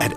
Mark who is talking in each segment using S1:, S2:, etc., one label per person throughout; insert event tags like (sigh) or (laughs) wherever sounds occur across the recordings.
S1: At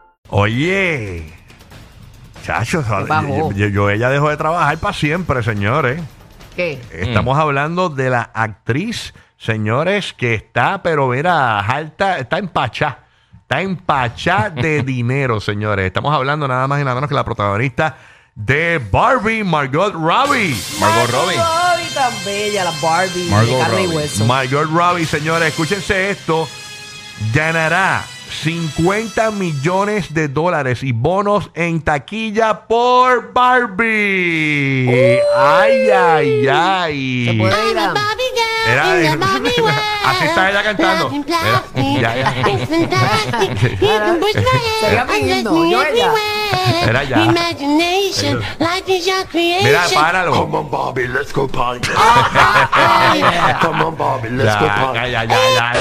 S2: Oye, chacho,
S3: bajó.
S2: yo, yo- ella dejó de trabajar para siempre, señores.
S3: ¿Qué?
S2: Estamos hablando de la actriz, señores, que está, pero verá, alta, está en pachá. Está en pachá de dinero, señores. Estamos hablando nada más y nada menos que la protagonista de Barbie, Margot Robbie.
S4: Margot Robbie.
S3: Robbie tan bella, la Barbie
S4: Margot
S3: de carne y
S4: Robbie.
S3: hueso.
S2: Margot Robbie, señores, escúchense esto. Ganará 50 millones de dólares y bonos en taquilla por Barbie. Ay, ay, ay.
S3: Se puede ir a-
S2: Era de- (laughs) Así
S5: Así
S2: está ella cantando. Mira, ya, (laughs) ya.
S3: (laughs) Sería pidiendo, yo ella.
S2: Era ya.
S5: Imagination, life is your creation.
S2: Mira, páralo.
S6: Come on, Bobby, let's go party. (laughs) Come on, Bobby, let's go
S2: Ya,
S6: party.
S2: ya, ya, ya, ya.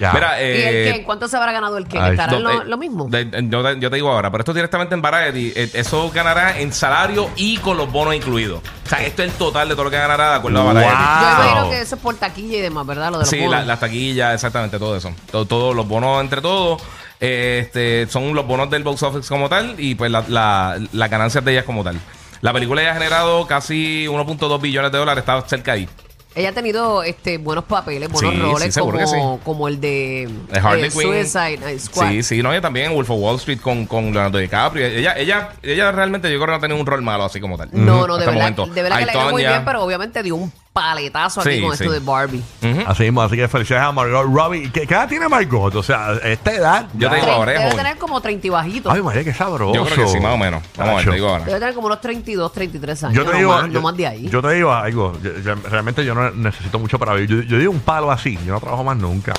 S2: Ya.
S4: Mira,
S3: Ah. ¿Y el
S4: eh,
S3: qué? ¿Cuánto se habrá ganado el qué?
S2: ay,
S3: ¿Estará
S4: do-
S3: lo,
S4: eh,
S3: lo mismo?
S4: de- de- yo, te, yo te digo ahora, pero esto directamente en Variety, eh, eso ganará en salario y con los bonos incluidos. O sea, esto es el total de todo lo que ganará de acuerdo a Variety.
S2: Wow.
S3: Yo
S2: wow.
S3: imagino que eso es por taquilla y demás, ¿verdad? Lo de los
S4: Sí,
S3: bonos.
S4: la- las taquillas, exactamente, todo eso. Todo, todo, los bonos entre todos. eh, este, son los bonos del box office como tal y pues la- la- las ganancias de ellas como tal. La película ya ha generado casi 1.2 billones de dólares, está cerca ahí.
S3: Ella ha tenido este, buenos papeles, buenos
S4: Sí, sí,
S3: roles,
S4: seguro que
S3: como, como el de
S4: De Harley
S3: eh,
S4: Quinn.
S3: Suicide Squad.
S4: Sí, sí, no, ella también Wolf of Wall Street con, con Leonardo DiCaprio. Ella, ella, ella realmente yo creo que no ha tenido un rol malo así como tal.
S3: No, no, de
S4: Hasta el
S3: verdad,
S4: momento.
S3: de verdad que le dio muy
S4: Aitonia.
S3: bien, pero obviamente dio un paletazo aquí
S4: Sí,
S3: con
S4: sí.
S3: esto de Barbie.
S4: Ujú.
S2: Así mismo, así que felicidades a Margot Robbie. ¿Qué, qué edad tiene Margot? O sea, esta edad. ya-
S4: Yo te digo- ahora es
S3: Debe
S4: joven.
S3: tener como 30 y bajito.
S2: Ay, María, qué sabroso.
S4: Yo creo que sí, más o menos. Vamos a ver,
S2: Chacho.
S4: te digo ahora.
S3: Debe tener como unos 32, 33 años.
S2: Yo te
S3: no
S2: digo,
S3: más,
S2: yo,
S3: no más de ahí.
S2: yo te digo algo. Yo- yo- realmente yo no necesito mucho para vivir. Yo, yo digo un palo así. Yo no trabajo más nunca.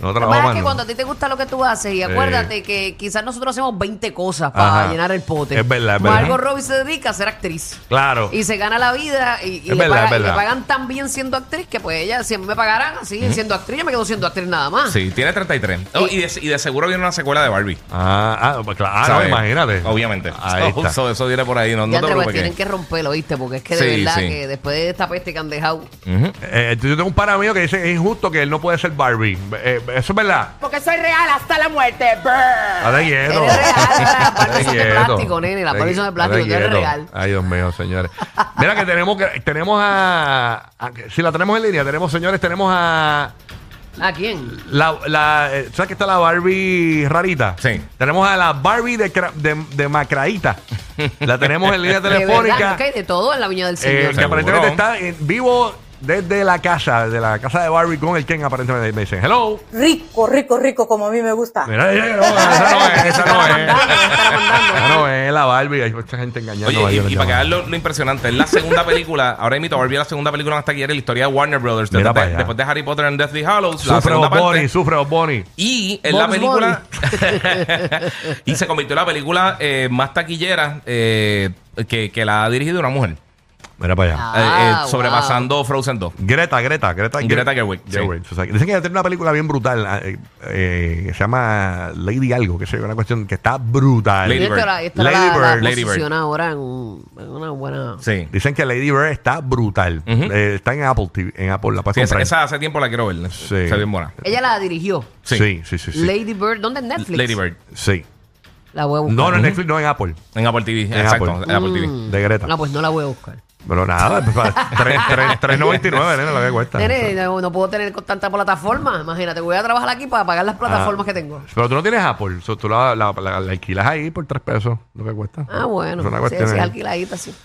S2: No
S3: Lo
S2: trabajo
S3: que pasa
S2: más.
S3: es que
S2: nunca.
S3: cuando a ti te gusta lo que tú haces, y acuérdate que quizás nosotros hacemos 20 cosas para
S2: Ajá.
S3: llenar el pote.
S2: Es verdad, es verdad.
S3: Margot Robbie se dedica a ser actriz.
S2: Claro.
S3: Y se gana la vida y, y le,
S2: verdad,
S3: paga-
S2: es
S3: y le
S2: verdad.
S3: pagan tan bien siendo actriz que pues ella, si a mí me pagaran así siendo actriz, yo me quedo siendo actriz nada más.
S4: Sí, tiene 33.
S3: Eh.
S4: Oh, y, de, y de seguro viene una secuela de Barbie.
S2: Ah, ah, pues claro,
S4: ¿sabes?
S2: imagínate.
S4: Obviamente.
S2: Ahí
S4: So-
S2: está.
S4: so- eso viene por ahí.
S3: Ya
S4: No, no te
S3: te pues,
S4: preocupes.
S3: tienen
S4: que-
S3: que romperlo, ¿viste? Porque es que de
S4: Sí,
S3: verdad
S4: sí.
S3: que después de esta peste que han dejado.
S4: Ujú.
S2: Eh, entonces yo tengo un pana mío que dice que es injusto que él no puede ser Barbie. Eh, eso es verdad.
S7: Porque soy real hasta la muerte. Brr.
S2: Dale quieto.
S3: Eres real, las Barbies
S2: Dale
S3: son de
S2: quieto.
S3: plástico, nene, las
S2: Dale-
S3: Barbies son de plástico,
S2: dale
S3: tú eres
S2: quieto.
S3: real.
S2: Ay, Dios mío, señores. Mira que tenemos que tenemos a, a- si la tenemos en línea, tenemos señores, tenemos a
S3: ¿A quién?
S2: la, la eh, ¿sabes que está la Barbie rarita?
S4: Sí.
S2: Tenemos a la Barbie de, cra- de, de Macraíta. La tenemos en línea
S3: (laughs) De verdad,
S2: telefónica.
S3: ¿no? que hay de todo en la viña del
S2: eh,
S3: señor.
S2: que
S4: Seguro.
S2: aparentemente está en vivo desde la casa, de la casa de Barbie con el Ken aparentemente me dicen, hello.
S8: rico, rico, rico, como a mí me gusta.
S2: Mira, eh, eh, no, esa no es, esa no es.
S3: mandando.
S2: Esa no es la Barbie, hay mucha gente engañando.
S4: Oye, y, y para quedar lo, lo impresionante, es la segunda película. Ahora invito a Barbie a la segunda película hasta aquí era la historia de Warner Brothers.
S2: Mira
S4: después,
S2: para
S4: de-
S2: allá.
S4: después de Harry Potter and Deathly Hallows, la
S2: Sufre
S4: segunda parte.
S2: Bonnie, sufre Bonnie.
S4: Y en la
S3: Bugs
S4: película. (laughs) y se convirtió en la película eh, más taquillera eh, que, que la ha dirigido una mujer.
S2: Mira para allá.
S4: Eh, eh,
S3: Ah,
S4: sobrepasando Frozen 2.
S2: Greta, Greta, Greta,
S4: Greta Gerwig, sí.
S2: O sea, dicen que ella tiene una película bien brutal eh, eh, que se llama Lady Algo, que es una cuestión que está brutal.
S4: Lady
S3: Lady
S4: Bird.
S3: Bird.
S2: Lady Bird.
S4: Lady Bird.
S3: ahora en, un- en una buena.
S4: Sí.
S2: Dicen que Lady Bird está brutal.
S4: Ujú.
S2: Eh, está en Apple TV, en Apple la puedes
S4: Sí, esa,
S2: comprar.
S4: esa hace tiempo la quiero ver.
S2: Sí.
S4: Está bien buena.
S3: Ella la dirigió.
S4: Sí.
S2: Sí, sí, sí, sí.
S3: Lady Bird. ¿Dónde es Netflix?
S4: Lady Bird.
S2: Sí.
S3: La voy a buscar.
S2: No, no en Netflix, no en Apple.
S4: En Apple TV. Exacto.
S2: Apple.
S4: En Apple TV.
S3: Mm.
S2: De Greta.
S3: No, pues no la voy a buscar.
S2: Pero nada, (laughs) pues, para- tres- tres- 3.99, nena, la que cuesta.
S3: Nene, no, no puedo tener con tanta plataforma. Imagínate, voy a trabajar aquí para pagar
S2: Ah.
S3: las plataformas que tengo.
S2: Pero tú no tienes Apple, so, tú la, la- la- la alquilas ahí por 3 pesos, lo que cuesta.
S3: Ah, bueno.
S2: Es una
S3: Sí,
S2: cuestión
S3: sí,
S2: ahí.
S3: alquiladita, sí.